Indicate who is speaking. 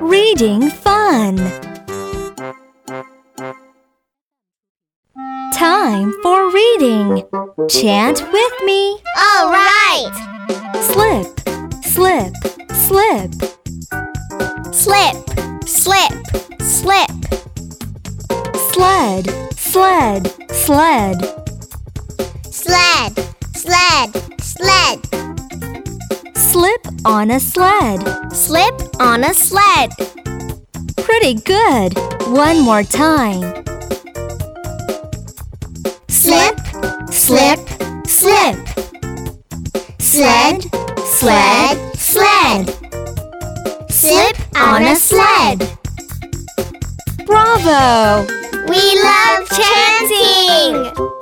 Speaker 1: Reading fun. Time for reading. Chant with me.
Speaker 2: All right.
Speaker 1: Slip, slip, slip.
Speaker 2: Slip, slip, slip.
Speaker 1: Sled, sled, sled.
Speaker 2: Sled, sled, sled.
Speaker 1: Slip on a sled.
Speaker 2: Slip on a sled.
Speaker 1: Pretty good. One more time.
Speaker 2: Slip, slip, slip. Sled, sled, sled. Slip on a sled.
Speaker 1: Bravo!
Speaker 2: We love chanting!